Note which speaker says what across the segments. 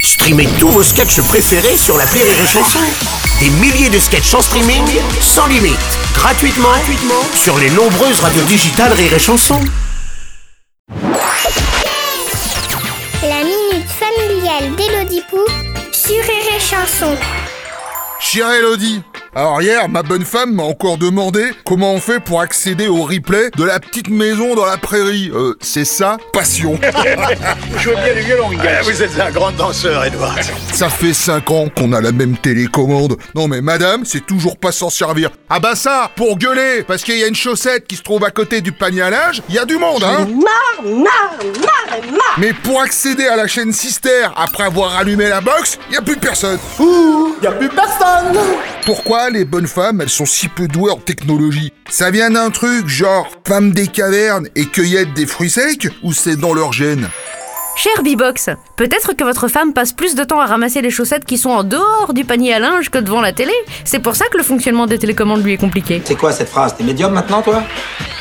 Speaker 1: Streamez tous vos sketchs préférés sur la Rire et Chanson. Des milliers de sketchs en streaming, sans limite, gratuitement, gratuitement sur les nombreuses radios digitales Rire et Chanson.
Speaker 2: La minute familiale d'Élodie Pou sur Rire et Chanson.
Speaker 3: Chère Elodie, alors hier, ma bonne femme m'a encore demandé comment on fait pour accéder au replay de la petite maison dans la prairie. Euh, c'est ça, passion.
Speaker 4: jouez bien du violon, Ah, vous êtes un grand danseur, Edouard.
Speaker 3: ça fait 5 ans qu'on a la même télécommande. Non mais madame, c'est toujours pas s'en servir. Ah bah ça, pour gueuler, parce qu'il y a une chaussette qui se trouve à côté du panier à linge, il y a du monde, hein
Speaker 5: marre, marre, marre, et marre.
Speaker 3: Mais pour accéder à la chaîne Sister après avoir allumé la box, il y a plus personne.
Speaker 5: Y a plus personne.
Speaker 3: Pourquoi les bonnes femmes, elles sont si peu douées en technologie Ça vient d'un truc genre femme des cavernes et cueillette des fruits secs ou c'est dans leur gène
Speaker 6: Cher Bibox, peut-être que votre femme passe plus de temps à ramasser les chaussettes qui sont en dehors du panier à linge que devant la télé. C'est pour ça que le fonctionnement des télécommandes lui est compliqué.
Speaker 7: C'est quoi cette phrase T'es médium maintenant, toi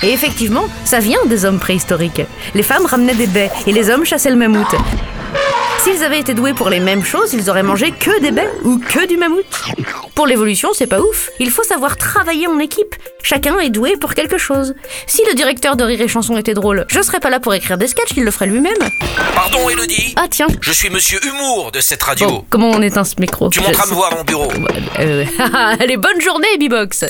Speaker 6: Et effectivement, ça vient des hommes préhistoriques. Les femmes ramenaient des baies et les hommes chassaient le mammouth. S'ils avaient été doués pour les mêmes choses, ils auraient mangé que des baies ou que du mammouth. Pour l'évolution, c'est pas ouf. Il faut savoir travailler en équipe. Chacun est doué pour quelque chose. Si le directeur de Rire et Chanson était drôle, je serais pas là pour écrire des sketchs, il le ferait lui-même.
Speaker 8: Pardon Elodie
Speaker 6: Ah tiens,
Speaker 8: Je suis monsieur humour de cette radio.
Speaker 6: Bon, comment on éteint ce micro
Speaker 8: Tu
Speaker 6: Je-
Speaker 8: monteras me voir à mon bureau.
Speaker 6: Euh, allez, bonne journée, Bibox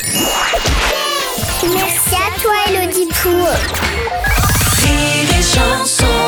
Speaker 2: Merci à toi, Elodie Pou.
Speaker 9: Rire et chanson.